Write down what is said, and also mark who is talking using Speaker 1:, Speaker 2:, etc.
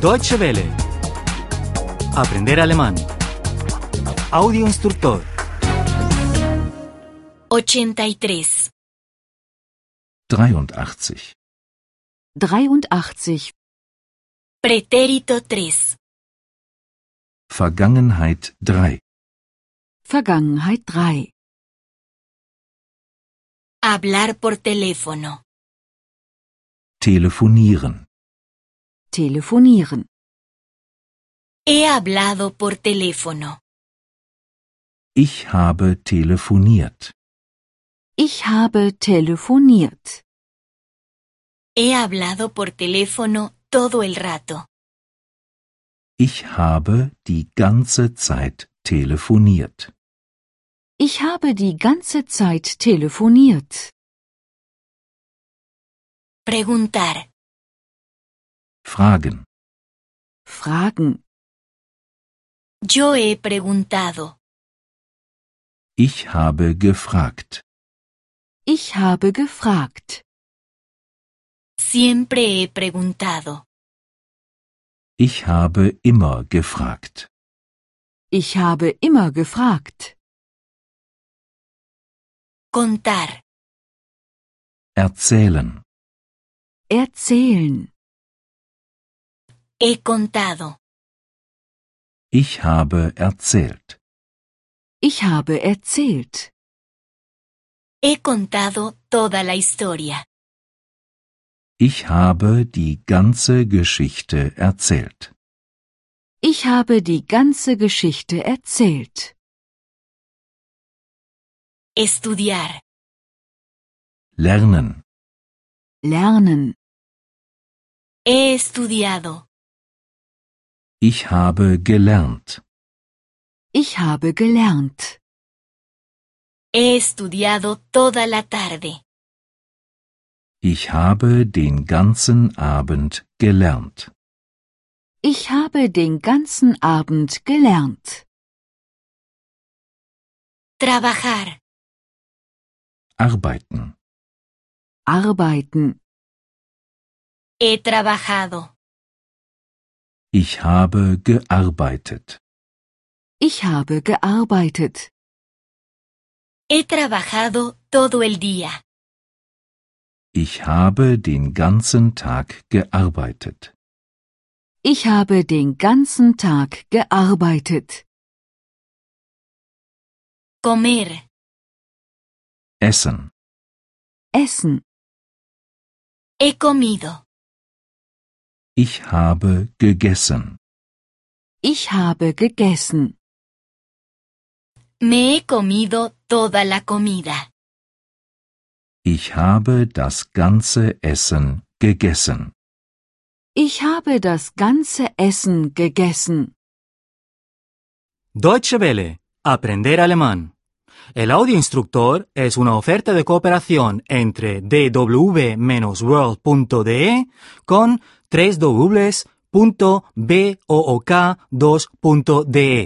Speaker 1: Deutsche Welle. Aprender alemán. Audio instructor.
Speaker 2: 83.
Speaker 3: 83.
Speaker 4: 83.
Speaker 2: Pretérito 3.
Speaker 3: Vergangenheit 3.
Speaker 4: Vergangenheit 3.
Speaker 2: Hablar por teléfono.
Speaker 3: Telefonieren.
Speaker 4: Telefonieren.
Speaker 2: He hablado por teléfono.
Speaker 3: Ich habe telefoniert.
Speaker 4: Ich habe telefoniert.
Speaker 2: He hablado por teléfono todo el rato.
Speaker 3: Ich habe die ganze Zeit telefoniert.
Speaker 4: Ich habe die ganze Zeit telefoniert.
Speaker 2: Preguntar.
Speaker 3: Fragen.
Speaker 4: Fragen.
Speaker 2: Yo he preguntado.
Speaker 3: Ich habe gefragt.
Speaker 4: Ich habe gefragt.
Speaker 2: Siempre he preguntado.
Speaker 3: Ich habe immer gefragt.
Speaker 4: Ich habe immer gefragt.
Speaker 2: Contar.
Speaker 3: Erzählen.
Speaker 4: Erzählen.
Speaker 2: He contado.
Speaker 3: Ich habe erzählt.
Speaker 4: Ich habe erzählt.
Speaker 2: He contado toda la historia.
Speaker 3: Ich habe die ganze Geschichte erzählt.
Speaker 4: Ich habe die ganze Geschichte erzählt.
Speaker 2: Estudiar.
Speaker 3: Lernen.
Speaker 4: Lernen.
Speaker 2: He estudiado.
Speaker 3: Ich habe gelernt.
Speaker 4: Ich habe gelernt.
Speaker 2: He estudiado toda la tarde.
Speaker 3: Ich habe den ganzen Abend gelernt.
Speaker 4: Ich habe den ganzen Abend gelernt.
Speaker 2: Trabajar.
Speaker 3: Arbeiten.
Speaker 4: Arbeiten.
Speaker 2: He trabajado.
Speaker 3: Ich habe gearbeitet.
Speaker 4: Ich habe gearbeitet.
Speaker 2: He trabajado todo el día.
Speaker 3: Ich habe den ganzen Tag gearbeitet.
Speaker 4: Ich habe den ganzen Tag gearbeitet.
Speaker 2: Comer.
Speaker 3: Essen.
Speaker 4: Essen.
Speaker 2: He comido.
Speaker 3: Ich habe gegessen.
Speaker 4: Ich habe gegessen.
Speaker 2: Me he comido toda la comida.
Speaker 3: Ich habe das ganze Essen gegessen.
Speaker 4: Ich habe das ganze Essen gegessen.
Speaker 1: Deutsche Welle. Aprender alemán. El audio instructor es una oferta de cooperación entre dw-world.de con 3 2de